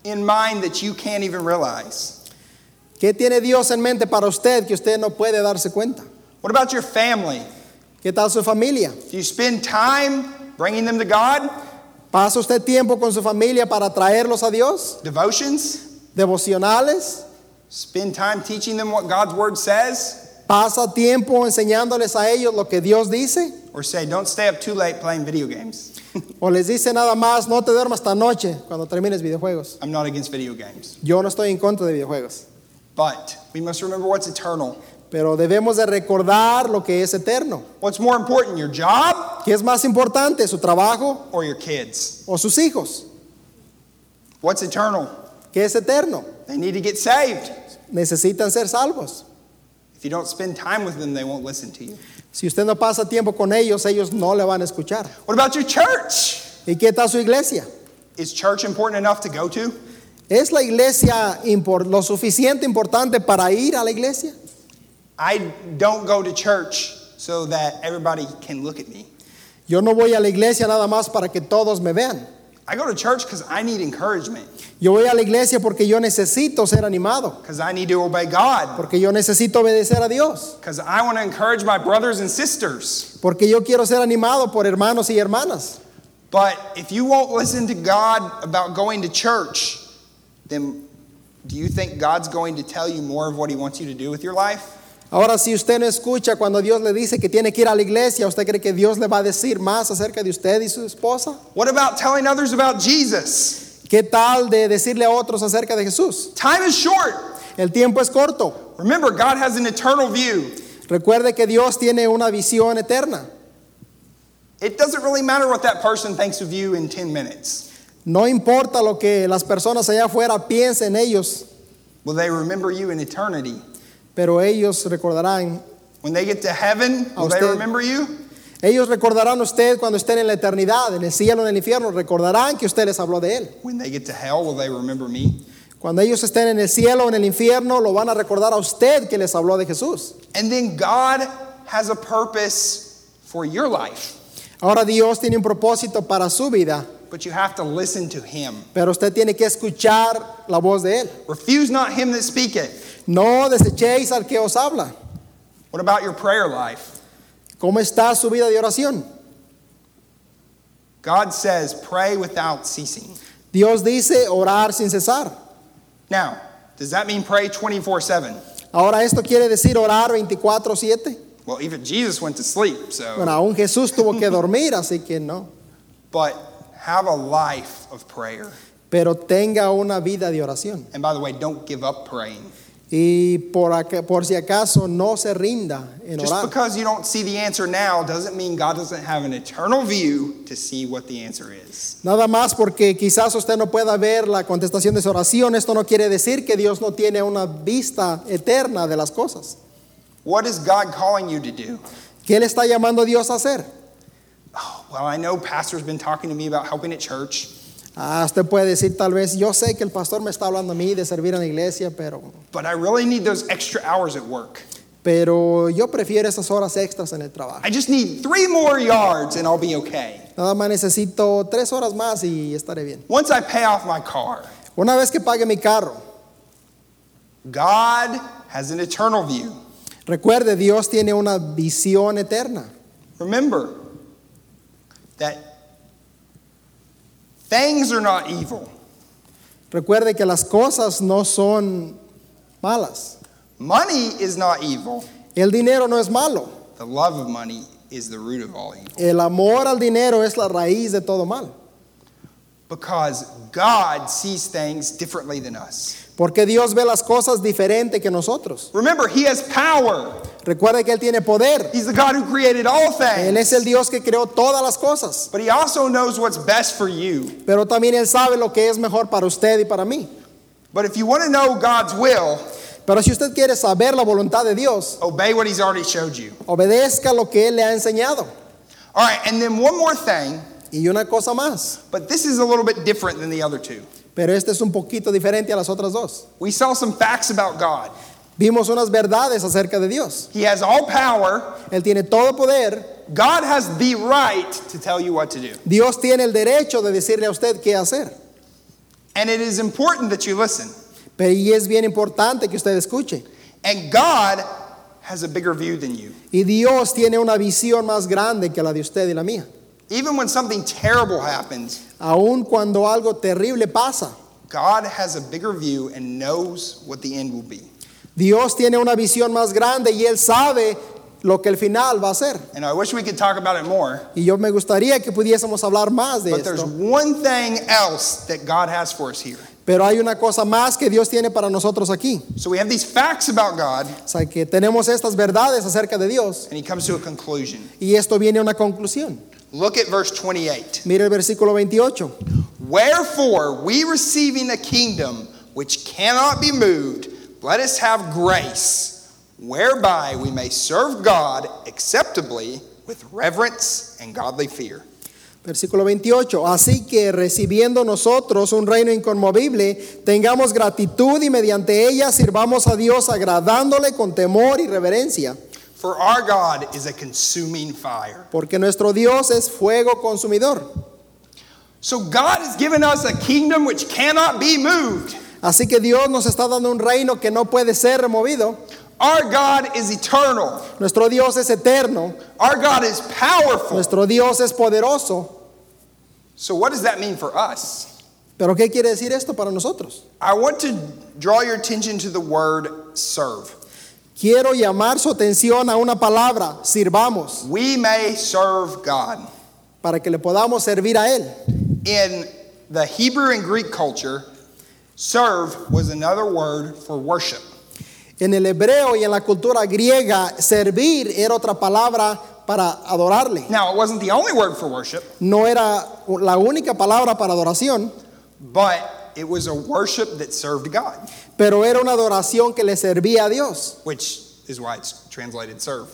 S1: in mind that you can't even realize?
S2: ¿Qué tiene Dios en mente para usted que usted no puede darse cuenta?
S1: What about your family?
S2: ¿Qué tal su familia?
S1: Do you spend time bringing them to God?
S2: ¿Pasa usted tiempo con su familia para traerlos a Dios?
S1: Devotions?
S2: ¿Devocionales?
S1: Spend time teaching them what God's Word says?
S2: ¿Pasa tiempo enseñándoles a ellos lo que Dios dice?
S1: Or say, don't stay up too late playing video games?
S2: ¿O les dice nada más, no te duermas esta noche cuando termines videojuegos?
S1: I'm not against video games.
S2: Yo no estoy en contra de videojuegos,
S1: But we must remember what's eternal.
S2: pero debemos de recordar lo que es eterno.
S1: What's more important, your job
S2: ¿Qué es más importante, su trabajo
S1: or your kids?
S2: o sus hijos?
S1: What's eternal?
S2: ¿Qué es eterno?
S1: They need to get saved.
S2: Necesitan ser salvos.
S1: If you don't spend time with them, they won't listen to you.
S2: Si usted no pasa tiempo con ellos, ellos no le van a escuchar.
S1: What about your church?
S2: ¿Y qué tal su iglesia?
S1: Is church important enough to go to?
S2: ¿Es la iglesia impor- lo suficiente importante para ir a la iglesia?
S1: I don't go to church so that everybody can look at me.
S2: Yo no voy a la iglesia nada más para que todos me vean.
S1: I go to church because I need encouragement,
S2: Yo voy a la iglesia porque yo necesito ser animado,
S1: because I need to obey God,
S2: porque yo necesito obedecer a Dios,
S1: because I want to encourage my brothers and sisters.
S2: porque yo quiero ser animado por hermanos y hermanas.
S1: But if you won't listen to God about going to church, then do you think God's going to tell you more of what He wants you to do with your life?
S2: Ahora, si usted no escucha cuando Dios le dice que tiene que ir a la iglesia, ¿usted cree que Dios le va a decir más acerca de usted y su esposa?
S1: What about telling others about Jesus?
S2: ¿Qué tal de decirle a otros acerca de Jesús?
S1: Time is short.
S2: El tiempo es corto.
S1: Remember, God has an eternal view.
S2: Recuerde que Dios tiene una visión eterna.
S1: It doesn't really matter what that person thinks of you in 10 minutes.
S2: No importa lo que las personas allá afuera piensen ellos,
S1: Will they remember you in eternity?
S2: pero ellos recordarán.
S1: When they get to heaven, will they
S2: usted.
S1: remember you?
S2: Ellos recordarán a usted cuando estén en la eternidad, en el cielo, en el infierno, recordarán que usted les habló de él.
S1: When they get to hell, will they remember me?
S2: Cuando ellos estén en el cielo, en el infierno, lo van a recordar a usted que les habló de Jesús.
S1: And then God has a purpose for your life,
S2: Ahora Dios tiene un propósito para su vida,
S1: but you have to listen to Him.
S2: pero usted tiene que escuchar la voz de él.
S1: Refuse not Him that speaketh.
S2: No desechéis al que os habla.
S1: What about your prayer life?
S2: ¿Cómo está su vida de oración?
S1: God says, pray without ceasing.
S2: Dios dice orar sin cesar.
S1: Now, does that mean pray 24 7?
S2: Ahora esto quiere decir orar 24/7.
S1: Well, even Jesus went to sleep, so.
S2: Bueno, aún Jesús tuvo que dormir, así que no.
S1: But have a life of prayer.
S2: Pero tenga una vida de oración.
S1: And by the way, don't give up praying.
S2: Y por, aca- por si acaso no se rinda en
S1: Just
S2: orar.
S1: because you don't see the answer now doesn't mean God doesn't have an eternal view to see what the answer is.
S2: Nada más porque quizás usted no pueda ver la contestación de su oración. Esto no quiere decir que Dios no tiene una vista eterna de las cosas.
S1: What is God calling you to do?
S2: ¿Qué le está llamando Dios a hacer?
S1: Oh, well, I know pastor's been talking to me about helping at church.
S2: Ah, usted puede decir tal vez, yo sé que el pastor me está hablando a mí de servir en la iglesia, pero,
S1: But I really need those extra hours at work.
S2: pero yo prefiero esas horas extras en el trabajo.
S1: I just need three more yards and I'll be okay.
S2: Nada más necesito tres horas más y estaré bien.
S1: Once I pay off my car,
S2: Una vez que pague mi carro,
S1: God has an eternal view.
S2: recuerde, Dios tiene una visión eterna.
S1: Remember that things are not evil,
S2: Recuerde que las cosas no son malas.
S1: money is not evil.
S2: El dinero no es malo.
S1: The love of money is the root of all evil
S2: El amor al dinero es la raíz de todo mal.
S1: because God sees things differently than us.
S2: Porque Dios ve las cosas diferente que nosotros.
S1: Remember, He has power.
S2: Recuerde que Él tiene poder.
S1: He's the God who created all
S2: Él
S1: things.
S2: es el Dios que creó todas las cosas.
S1: But He also knows what's best for you.
S2: Pero también Él sabe lo que es mejor para usted y para mí.
S1: But if you want to know God's will,
S2: Pero si usted quiere saber la voluntad de Dios,
S1: obey what He's already showed you.
S2: obedezca lo que Él le ha enseñado.
S1: All right, and then one more thing,
S2: Y una cosa más,
S1: but this is a little bit different than the other two.
S2: pero este es un poquito diferente a las otras dos.
S1: We saw some facts about God.
S2: Vimos unas verdades acerca de Dios.
S1: He has all power.
S2: Él tiene todo poder.
S1: God has the right to tell you what to do.
S2: Dios tiene el derecho de decirle a usted qué hacer.
S1: And it is important that you listen.
S2: Pero y es bien importante que usted escuche.
S1: And God has a bigger view than you.
S2: Y Dios tiene una visión más grande que la de usted y la mía.
S1: Even when something terrible happens,
S2: Aun cuando algo terrible pasa,
S1: God has a bigger view and knows what the end will be.
S2: Dios tiene una visión más grande y Él sabe lo que el final va a ser.
S1: And I wish we could talk about it more,
S2: Y yo me gustaría que pudiésemos hablar más de
S1: but there's
S2: esto.
S1: one thing else that God has for us here.
S2: Pero hay una cosa más que Dios tiene para nosotros aquí.
S1: So we have these facts about God,
S2: O sea, que tenemos estas verdades acerca de Dios.
S1: and he comes to a conclusion.
S2: Y esto viene a una conclusión.
S1: Look at verse 28.
S2: Mira el versículo 28.
S1: Wherefore, we receiving a kingdom which cannot be moved, let us have grace, whereby we may serve God acceptably with reverence and godly fear.
S2: Versículo 28. Así que recibiendo nosotros un reino inconmovible, tengamos gratitud y mediante ella sirvamos a Dios agradándole con temor y reverencia.
S1: For our God is a consuming fire.
S2: Porque nuestro Dios es fuego consumidor.
S1: So God has given us a kingdom which cannot be moved.
S2: Así que Dios nos está dando un reino que no puede ser removido.
S1: Our God is eternal.
S2: Nuestro Dios es eterno.
S1: Our God is powerful.
S2: Nuestro Dios es poderoso.
S1: So what does that mean for us?
S2: Pero ¿qué quiere decir esto para nosotros?
S1: I want to draw your attention to the word serve.
S2: Quiero llamar su atención a una palabra, sirvamos,
S1: We may serve God.
S2: para que le podamos servir a Él.
S1: In the Hebrew and Greek culture, serve was another word for worship.
S2: En el hebreo y en la cultura griega, servir era otra palabra para adorarle.
S1: Now, it wasn't the only word for worship,
S2: No era la única palabra para adoración,
S1: but it was a worship that served God,
S2: pero era una adoración que le servía a Dios,
S1: which is why it's translated serve.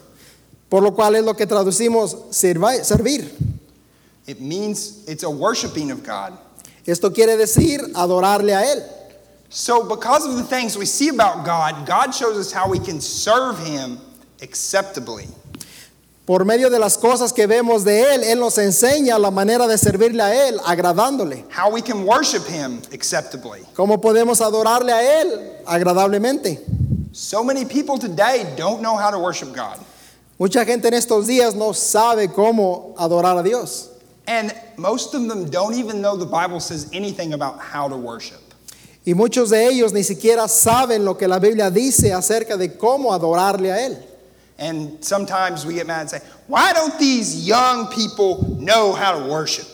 S2: por lo cual es lo que traducimos sirva- servir.
S1: It means it's a worshiping of God.
S2: Esto quiere decir adorarle a Él.
S1: So, because of the things we see about God, God shows us how we can serve Him acceptably.
S2: Por medio de las cosas que vemos de Él, Él nos enseña la manera de servirle a Él, agradándole.
S1: how we can worship him acceptably.
S2: ¿Cómo podemos adorarle a Él agradablemente?
S1: So many people today don't know how to worship God.
S2: Mucha gente en estos días no sabe cómo adorar a Dios.
S1: And most of them don't even know the Bible says anything about how to worship.
S2: Y muchos de ellos ni siquiera saben lo que la Biblia dice acerca de cómo adorarle a Él.
S1: And sometimes we get mad and say, Why don't these young people know how to worship?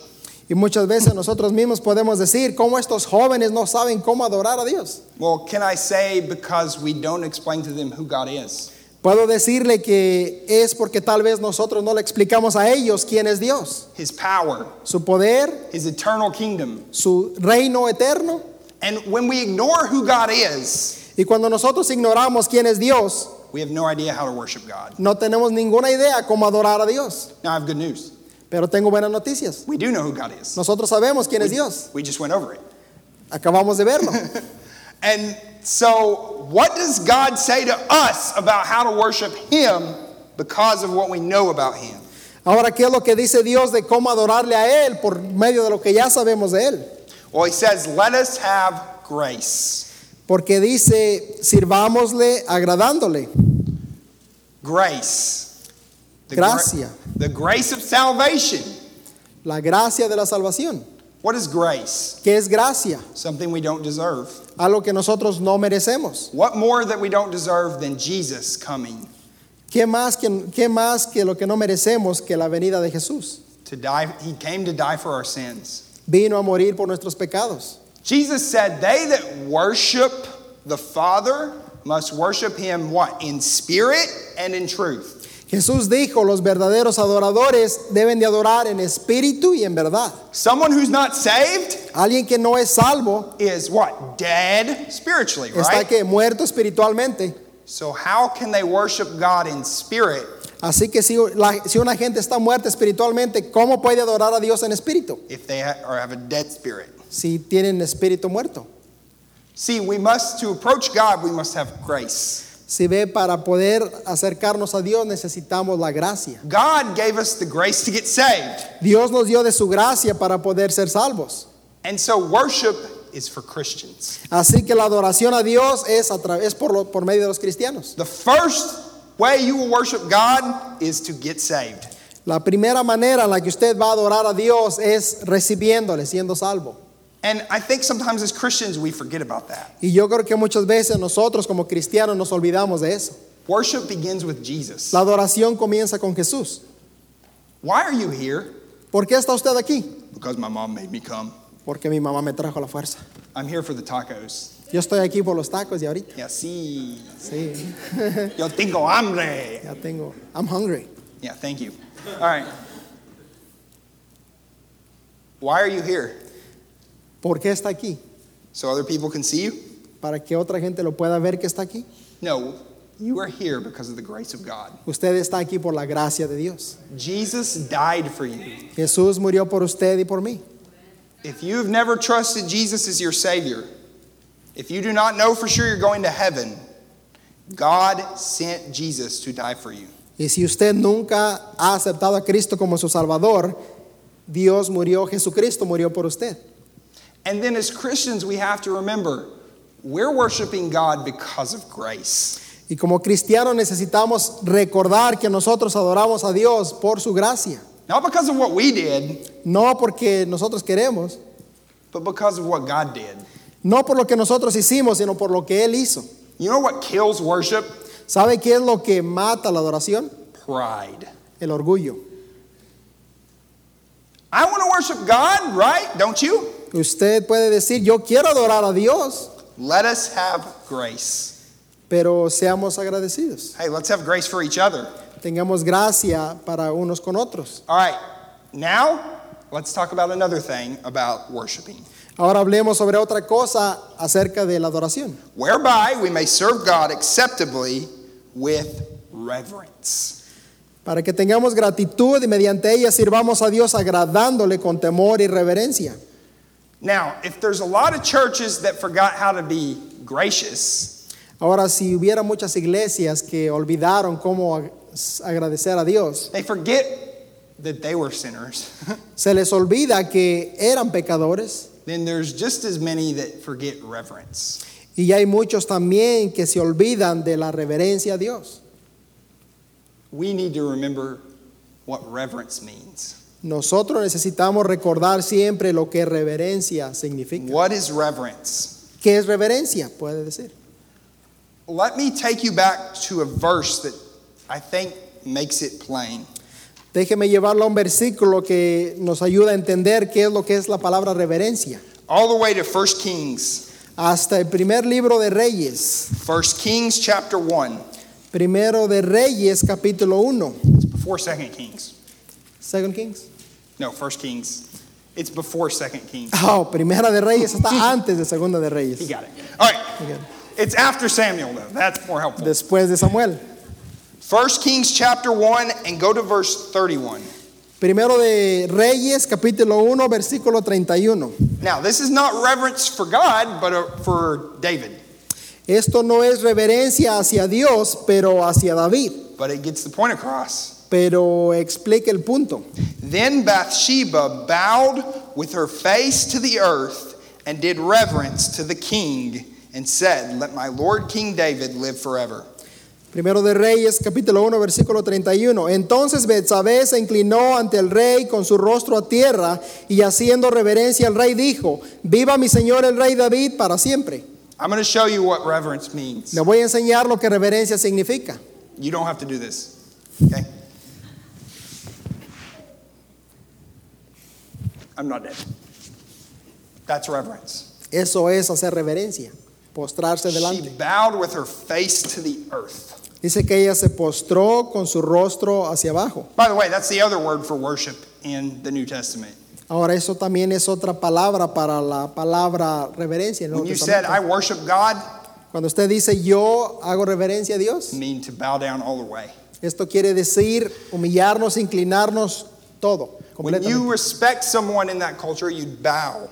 S2: Y muchas veces nosotros mismos podemos decir cómo estos jóvenes no saben cómo adorar a Dios.
S1: Well, can I say because we don't explain to them who God is?
S2: Puedo decirle que es porque tal vez nosotros no le explicamos a ellos quién es Dios,
S1: His power,
S2: su poder,
S1: His eternal kingdom.
S2: su reino eterno.
S1: And when we ignore who God is,
S2: Y cuando nosotros ignoramos quién es Dios,
S1: we have no idea how to worship God.
S2: no tenemos ninguna idea cómo adorar a Dios.
S1: Now, I have good news.
S2: Pero tengo buenas noticias.
S1: We do know who God is.
S2: Nosotros sabemos quién es Dios.
S1: We just went over it.
S2: Acabamos de verlo.
S1: And so, what does God say to us about how to worship Him because of what we know about Him?
S2: Ahora, ¿qué es lo que dice Dios de cómo adorarle a Él por medio de lo que ya sabemos de Él?
S1: Well, He says, Let us have grace.
S2: Porque dice, sirvámosle agradándole.
S1: Grace. gra-
S2: Gracia.
S1: the grace of salvation.
S2: La gracia de la salvación.
S1: What is grace?
S2: ¿Qué es gracia?
S1: Something we don't deserve.
S2: Algo que nosotros no merecemos.
S1: What more that we don't deserve than Jesus coming
S2: ¿Qué más que, qué más que lo que no merecemos que la venida de Jesús?
S1: to die? He came to die for our sins.
S2: Vino a morir por nuestros pecados.
S1: Jesus said, They that worship the Father must worship him what? In spirit and in truth.
S2: Jesús dijo, los verdaderos adoradores deben de adorar en espíritu y en verdad.
S1: Someone who's not saved
S2: Alguien que no es salvo
S1: is what? Dead spiritually,
S2: está
S1: right?
S2: que muerto espiritualmente.
S1: So how can they worship God in spirit
S2: Así que si, la- si una gente está muerta espiritualmente, ¿cómo puede adorar a Dios en espíritu?
S1: if they ha- or have a dead spirit?
S2: Si tienen espíritu muerto.
S1: See, we must to approach God, we must have grace.
S2: Si ve, para poder acercarnos a Dios necesitamos la gracia.
S1: God gave us the grace to get saved.
S2: Dios nos dio de su gracia para poder ser salvos.
S1: And so worship is for Christians.
S2: Así que la adoración a Dios es a través por, lo- por medio de los cristianos.
S1: The first way you will worship God is to get saved.
S2: La primera manera en la que usted va a adorar a Dios es recibiéndole, siendo salvo.
S1: And I think sometimes as Christians we forget about that.
S2: Y yo creo que muchas veces nosotros como cristianos nos olvidamos de eso.
S1: Worship begins with Jesus.
S2: La adoración comienza con Jesús.
S1: Why are you here?
S2: ¿Por qué está usted aquí?
S1: Because my mom made me come.
S2: Porque mi mamá me trajo a la fuerza.
S1: I'm here for the tacos.
S2: Yo estoy aquí por los tacos y ahorita.
S1: Yeah, see.
S2: Sí,
S1: Yo tengo hambre.
S2: ya tengo. I'm hungry.
S1: Yeah, thank you. All right. Why are you here?
S2: ¿Por qué está aquí?
S1: So other people can see you?
S2: Para que otra gente lo pueda ver que está aquí.
S1: No, you are here because of the grace of God.
S2: Usted está aquí por la gracia de Dios.
S1: Jesus died for you.
S2: Jesús murió por usted y por mí.
S1: If you've never trusted Jesus as your Savior, if you do not know for sure you're going to heaven, God sent Jesus to die for you.
S2: Y si usted nunca ha aceptado a Cristo como su Salvador, Dios murió, Jesucristo murió por usted.
S1: And then as Christians, we have to remember we're worshiping God because of grace.
S2: Y como cristianos necesitamos recordar que nosotros adoramos a Dios por su gracia.
S1: Not because of what we did,
S2: No porque nosotros queremos,
S1: but because of what God did.
S2: no por lo que nosotros hicimos, sino por lo que Él hizo.
S1: You know what kills worship?
S2: ¿Sabe qué es lo que mata la adoración?
S1: Pride.
S2: El orgullo.
S1: I want to worship God, right? Don't you?
S2: Usted puede decir, yo quiero adorar a Dios,
S1: Let us have grace.
S2: pero seamos agradecidos.
S1: Hey, let's have grace for each other.
S2: Tengamos gracia para unos con otros.
S1: All right, now let's talk about another thing about worshiping,
S2: Ahora hablemos sobre otra cosa acerca de la adoración.
S1: whereby we may serve God acceptably with reverence.
S2: Para que tengamos gratitud y mediante ella sirvamos a Dios agradándole con temor y reverencia.
S1: Now, if there's a lot of churches that forgot how to be gracious,
S2: Ahora, si hubiera muchas iglesias que olvidaron cómo ag- agradecer a Dios,
S1: they forget that they were sinners,
S2: se les olvida que eran pecadores
S1: then there's just as many that forget reverence.
S2: y hay muchos también que se olvidan de la reverencia a Dios.
S1: We need to remember what reverence means.
S2: Nosotros necesitamos recordar siempre lo que reverencia significa.
S1: What is reverence?
S2: ¿Qué es reverencia? Puede decir.
S1: Let me take you back to a verse that I think makes it plain.
S2: Déjeme llevarlo a un versículo que nos ayuda a entender qué es lo que es la palabra reverencia.
S1: All the way to 1 Kings.
S2: Hasta el primer libro de Reyes,
S1: 1 Kings chapter 1.
S2: primero de Reyes capítulo 1,
S1: It's before 2 Kings.
S2: Second Kings.
S1: No, 1 Kings. It's before 2 Kings.
S2: Oh, primera de Reyes está antes de segunda de
S1: He
S2: Reyes,
S1: got it. All
S2: He got
S1: right.
S2: it.
S1: It's after Samuel, though. That's more helpful.
S2: después de Samuel.
S1: 1 Kings chapter 1 and go to verse 31.
S2: Primero de Reyes capítulo 1 versículo 31.
S1: Now, this is not reverence for God, but uh, for David.
S2: Esto no es reverencia hacia Dios, pero hacia David.
S1: But it gets the point across.
S2: Pero explica el punto.
S1: Then Bathsheba bowed with her face to the earth and did reverence to the king and said, Let my lord King David live forever.
S2: Primero de Reyes, capítulo 1, versículo 31. Entonces Betsabé se inclinó ante el rey con su rostro a tierra y haciendo reverencia al rey dijo, viva mi señor el rey David para siempre.
S1: I'm going to show you what reverence means.
S2: Le voy a enseñar lo que reverencia significa.
S1: You don't have to do this. Okay? I'm not dead. That's reverence.
S2: Eso es hacer reverencia. postrarse
S1: She
S2: delante.
S1: bowed with her face to the earth.
S2: Dice que ella se postró con su rostro hacia abajo.
S1: By the way, that's the other word for worship in the New Testament.
S2: Ahora eso también es otra palabra para la palabra reverencia. en el
S1: When
S2: Nuevo
S1: you said, I
S2: Testamento.
S1: worship God,
S2: Cuando usted dice yo hago reverencia a Dios,
S1: mean to bow down all the way.
S2: esto quiere decir humillarnos, inclinarnos, todo.
S1: When
S2: Completamente.
S1: you respect someone in that culture, you bow.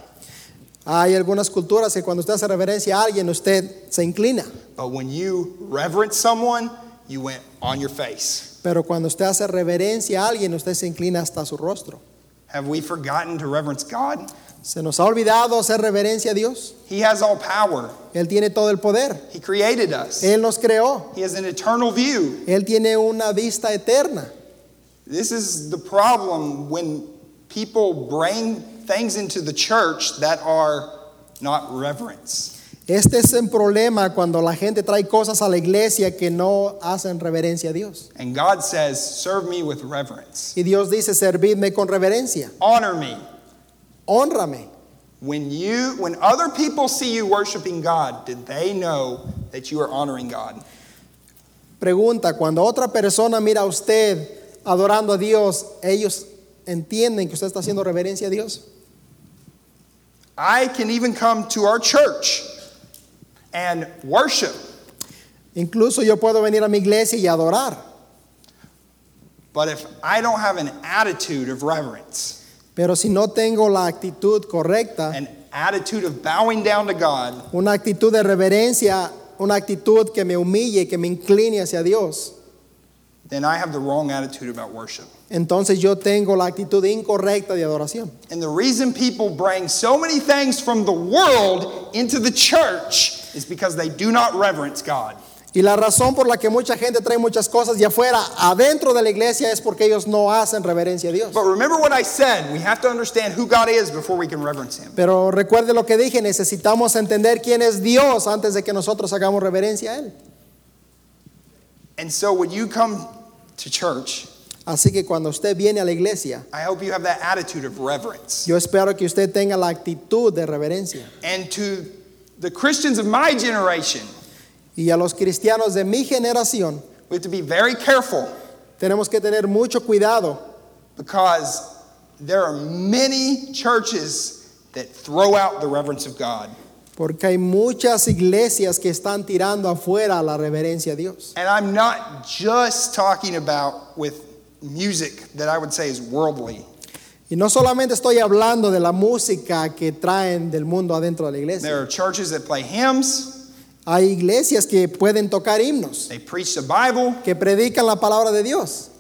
S2: Hay algunas culturas que cuando usted hace reverencia a alguien, usted se inclina.
S1: But when you reverence someone, you went on your face.
S2: Pero cuando usted hace reverencia a alguien, usted se inclina hasta su rostro.
S1: Have we forgotten to reverence God?
S2: Se nos ha olvidado hacer reverencia a Dios.
S1: He has all power.
S2: Él tiene todo el poder.
S1: He created us.
S2: Él nos creó.
S1: He has an eternal view.
S2: Él tiene una vista eterna.
S1: This is the problem when people bring things into the church that are not reverence.
S2: Este es el problema cuando la gente trae cosas a la iglesia que no hacen reverencia a Dios.
S1: And God says, Serve me with reverence.
S2: Y Dios dice, servidme con reverencia,
S1: Honor me.
S2: honrame.
S1: When you when other people see you worshiping God, did they know that you are honoring God?
S2: Pregunta, cuando otra persona mira a usted adorando a Dios, ellos entienden que usted está haciendo reverencia a Dios.
S1: I can even come to our church and worship,
S2: Incluso yo puedo venir a mi iglesia y adorar,
S1: but if I don't have an attitude of reverence,
S2: pero si no tengo la actitud correcta,
S1: an attitude of bowing down to God,
S2: una actitud de reverencia, una actitud que me humille, que me incline hacia Dios,
S1: then I have the wrong attitude about worship.
S2: entonces yo tengo la actitud incorrecta de adoración.
S1: And the reason people bring so many things from the world into the church is because they do not reverence God.
S2: Y la razón por la que mucha gente trae muchas cosas de afuera adentro de la iglesia es porque ellos no hacen reverencia a Dios.
S1: But remember what I said, we have to understand who God is before we can reverence him.
S2: Pero recuerde lo que dije, necesitamos entender quién es Dios antes de que nosotros hagamos reverencia a Él.
S1: And so when you come to church,
S2: Así que cuando usted viene a la iglesia,
S1: I hope you have that attitude of reverence.
S2: yo espero que usted tenga la actitud de reverencia.
S1: And to the Christians of my generation,
S2: Y a los cristianos de mi generación,
S1: we have to be very careful
S2: tenemos que tener mucho cuidado
S1: because there are many churches that throw out the reverence of God.
S2: porque hay muchas iglesias que están tirando afuera la reverencia a Dios.
S1: And I'm not just talking about with music that I would say is worldly.
S2: Y no solamente estoy hablando de la música que traen del mundo adentro de la iglesia.
S1: There are churches that play hymns,
S2: Hay iglesias que pueden tocar himnos,
S1: they preach the Bible,
S2: que predican la palabra de Dios,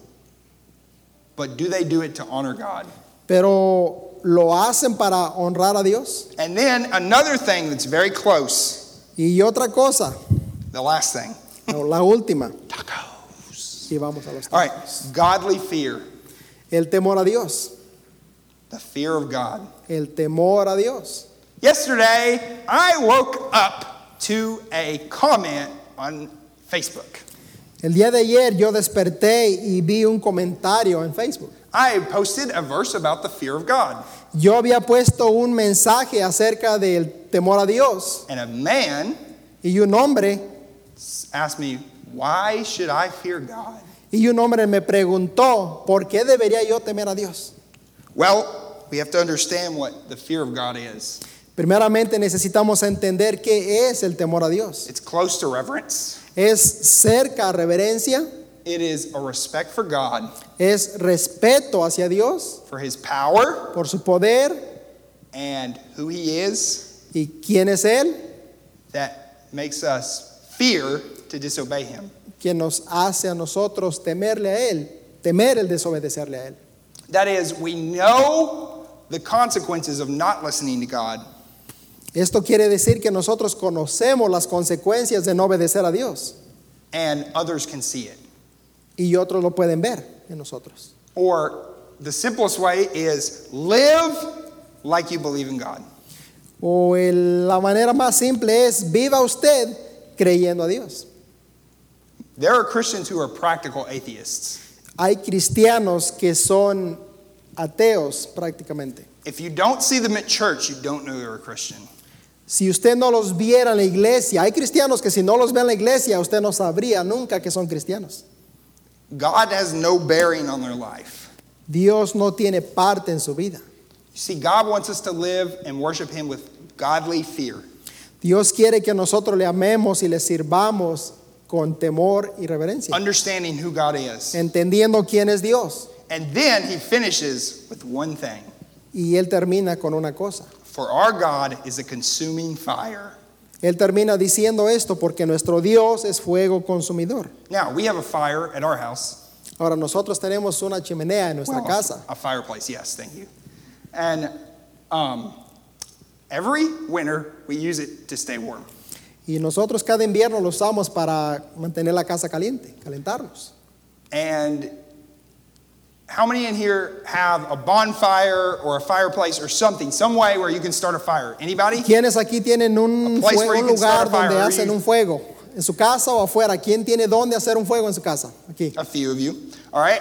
S1: but do they do it to honor God?
S2: pero lo hacen para honrar a Dios.
S1: And then another thing that's very close,
S2: Y otra cosa,
S1: the last thing
S2: o la última,
S1: tacos.
S2: y vamos a los
S1: All right,
S2: tacos.
S1: godly fear,
S2: El temor a Dios,
S1: the fear of God.
S2: el temor a Dios.
S1: Yesterday, I woke up to a comment on Facebook.
S2: El día de ayer yo desperté y vi un comentario en Facebook.
S1: I posted a verse about the fear of God,
S2: Yo había puesto un mensaje acerca del temor a Dios
S1: and a man
S2: y un hombre
S1: asked me, Why should I fear God?
S2: y un hombre me preguntó, ¿por qué debería yo temer a Dios?
S1: Well, we have to understand what the fear of God is
S2: Primeramente necesitamos entender qué es el temor a Dios.
S1: it's close to reverence,
S2: Es cerca a reverencia,
S1: it is a respect for God,
S2: es respeto hacia Dios
S1: for his power
S2: por su poder
S1: and who he is
S2: y quién es Él,
S1: that makes us fear to disobey him.
S2: quien nos hace a nosotros temerle a Él, temer el desobedecerle a Él.
S1: That is, we know the consequences of not listening to God.
S2: Esto quiere decir que nosotros conocemos las consecuencias de no obedecer a Dios
S1: and others can see it.
S2: y otros lo pueden ver en nosotros.
S1: Or the simplest way is live like you believe in God.
S2: O el- la manera más simple es viva usted creyendo a Dios.
S1: There are Christians who are practical atheists.
S2: Hay cristianos que son ateos prácticamente.
S1: If you don't see them at church, you don't know they're a Christian.
S2: Si usted no los viera en la iglesia, hay cristianos que si no los ve en la iglesia, usted no sabría nunca que son cristianos.
S1: God has no bearing on their life.
S2: Dios no tiene parte en su vida.
S1: You see, God wants us to live and worship Him with godly fear.
S2: Dios quiere que nosotros le amemos y le sirvamos con temor y reverencia,
S1: understanding who God is.
S2: entendiendo quién es Dios.
S1: And then he finishes with one thing
S2: Y él termina con una cosa.
S1: For our God is a consuming fire.
S2: Él termina diciendo esto porque nuestro Dios es fuego consumidor.
S1: Now, we have a fire at our house.
S2: Ahora nosotros tenemos una chimenea en nuestra
S1: Well,
S2: casa.
S1: A fireplace, yes, thank you. And um, every winter, we use it to stay warm.
S2: Y nosotros cada invierno lo usamos para mantener la casa caliente, calentarnos.
S1: And how many in here have a bonfire or a fireplace or something, some way where you can start a fire? Anybody?
S2: ¿Quiénes aquí tienen un,
S1: A place
S2: fue-
S1: where you
S2: un
S1: can start
S2: lugar
S1: a fire,
S2: donde
S1: where
S2: hacen
S1: you-
S2: un fuego? ¿En su casa o afuera? ¿Quién tiene dónde hacer un fuego en su casa? Aquí.
S1: A few of you. All right.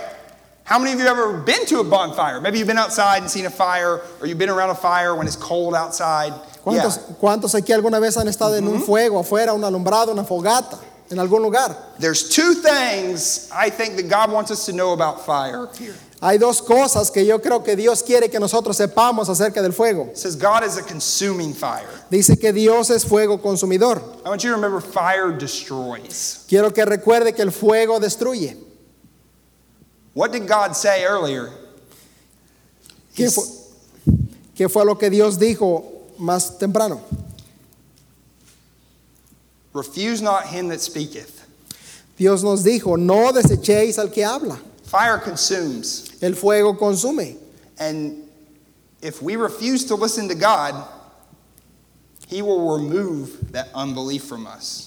S1: How many of you have ever been to a bonfire? Maybe you've been outside and seen a fire, or you've been around a fire when it's cold outside.
S2: ¿Cuántos,
S1: Yeah.
S2: cuántos aquí alguna vez han estado en un fuego afuera, un alumbrado, una fogata, en algún lugar?
S1: There's two things I think that God wants us to know about fire here.
S2: Hay dos cosas que yo creo que Dios quiere que nosotros sepamos acerca del fuego.
S1: It says God is a consuming fire.
S2: Dice que Dios es fuego consumidor.
S1: I want you to remember fire destroys.
S2: Quiero que recuerde que el fuego destruye.
S1: What did God say earlier? He
S2: ¿Qué
S1: s-
S2: fue, qué fue lo que Dios dijo más temprano?
S1: Refuse not him that speaketh.
S2: Dios nos dijo, no desechéis al que habla.
S1: Fire consumes.
S2: El fuego consume.
S1: And if we refuse to listen to God, he will remove that unbelief from us.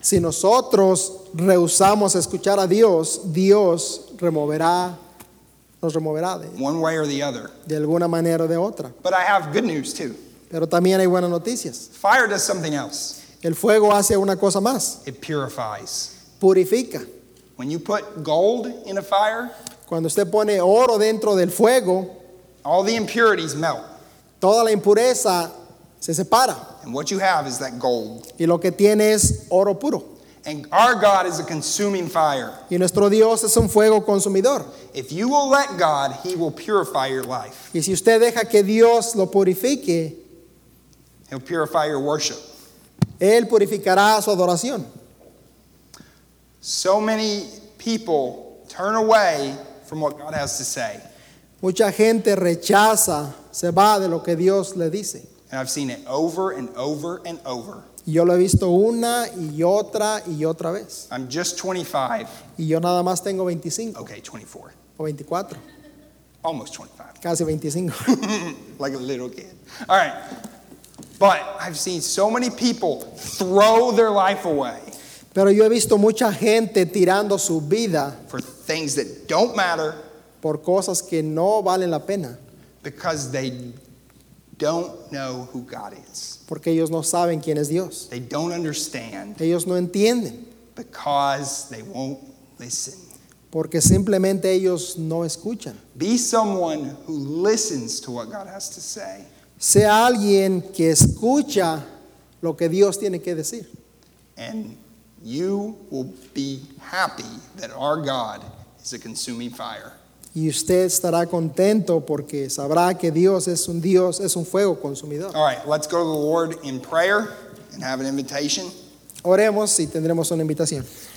S2: Si nosotros rehusamos escuchar a Dios, Dios removerá, nos removerá de,
S1: one way or the other.
S2: de alguna manera o de otra.
S1: But I have good news too.
S2: Pero también hay buenas noticias.
S1: Fire does something else.
S2: El fuego hace una cosa más,
S1: It purifies.
S2: purifica.
S1: When you put gold in a fire,
S2: Cuando usted pone oro dentro del fuego,
S1: all the impurities melt,
S2: toda la impureza se separa
S1: and what you have is that gold.
S2: y lo que tiene es oro puro.
S1: And our God is a consuming fire.
S2: Y nuestro Dios es un fuego consumidor.
S1: If you will let God, he will purify your life.
S2: Y si usted deja que Dios lo purifique,
S1: He'll purify your worship.
S2: Él purificará su adoración.
S1: So many people turn away from what God has to say,
S2: Mucha gente rechaza, se va de lo que Dios le dice.
S1: and I've seen it over and over and over.
S2: Y yo lo he visto una y otra y otra vez.
S1: I'm just 25,
S2: Y yo nada más tengo 25
S1: okay, 24,
S2: o 24,
S1: almost 25.
S2: casi 25.
S1: like a little kid. All right. But I've seen so many people throw their life away
S2: Pero yo he visto mucha gente tirando su vida
S1: for things that don't matter
S2: por cosas que no valen la pena,
S1: because they don't know who God is.
S2: porque ellos no saben quién es Dios.
S1: They don't understand
S2: Ellos no entienden,
S1: because they won't listen.
S2: porque simplemente ellos no escuchan.
S1: Be someone who listens to what God has to say.
S2: Sea alguien que escucha lo que Dios tiene que decir.
S1: And you will be happy that our God is a consuming fire.
S2: Y usted estará contento porque sabrá que Dios es un Dios, es un fuego consumidor.
S1: All right, let's go to the Lord in prayer and have an invitation.
S2: Oremos y tendremos una invitación.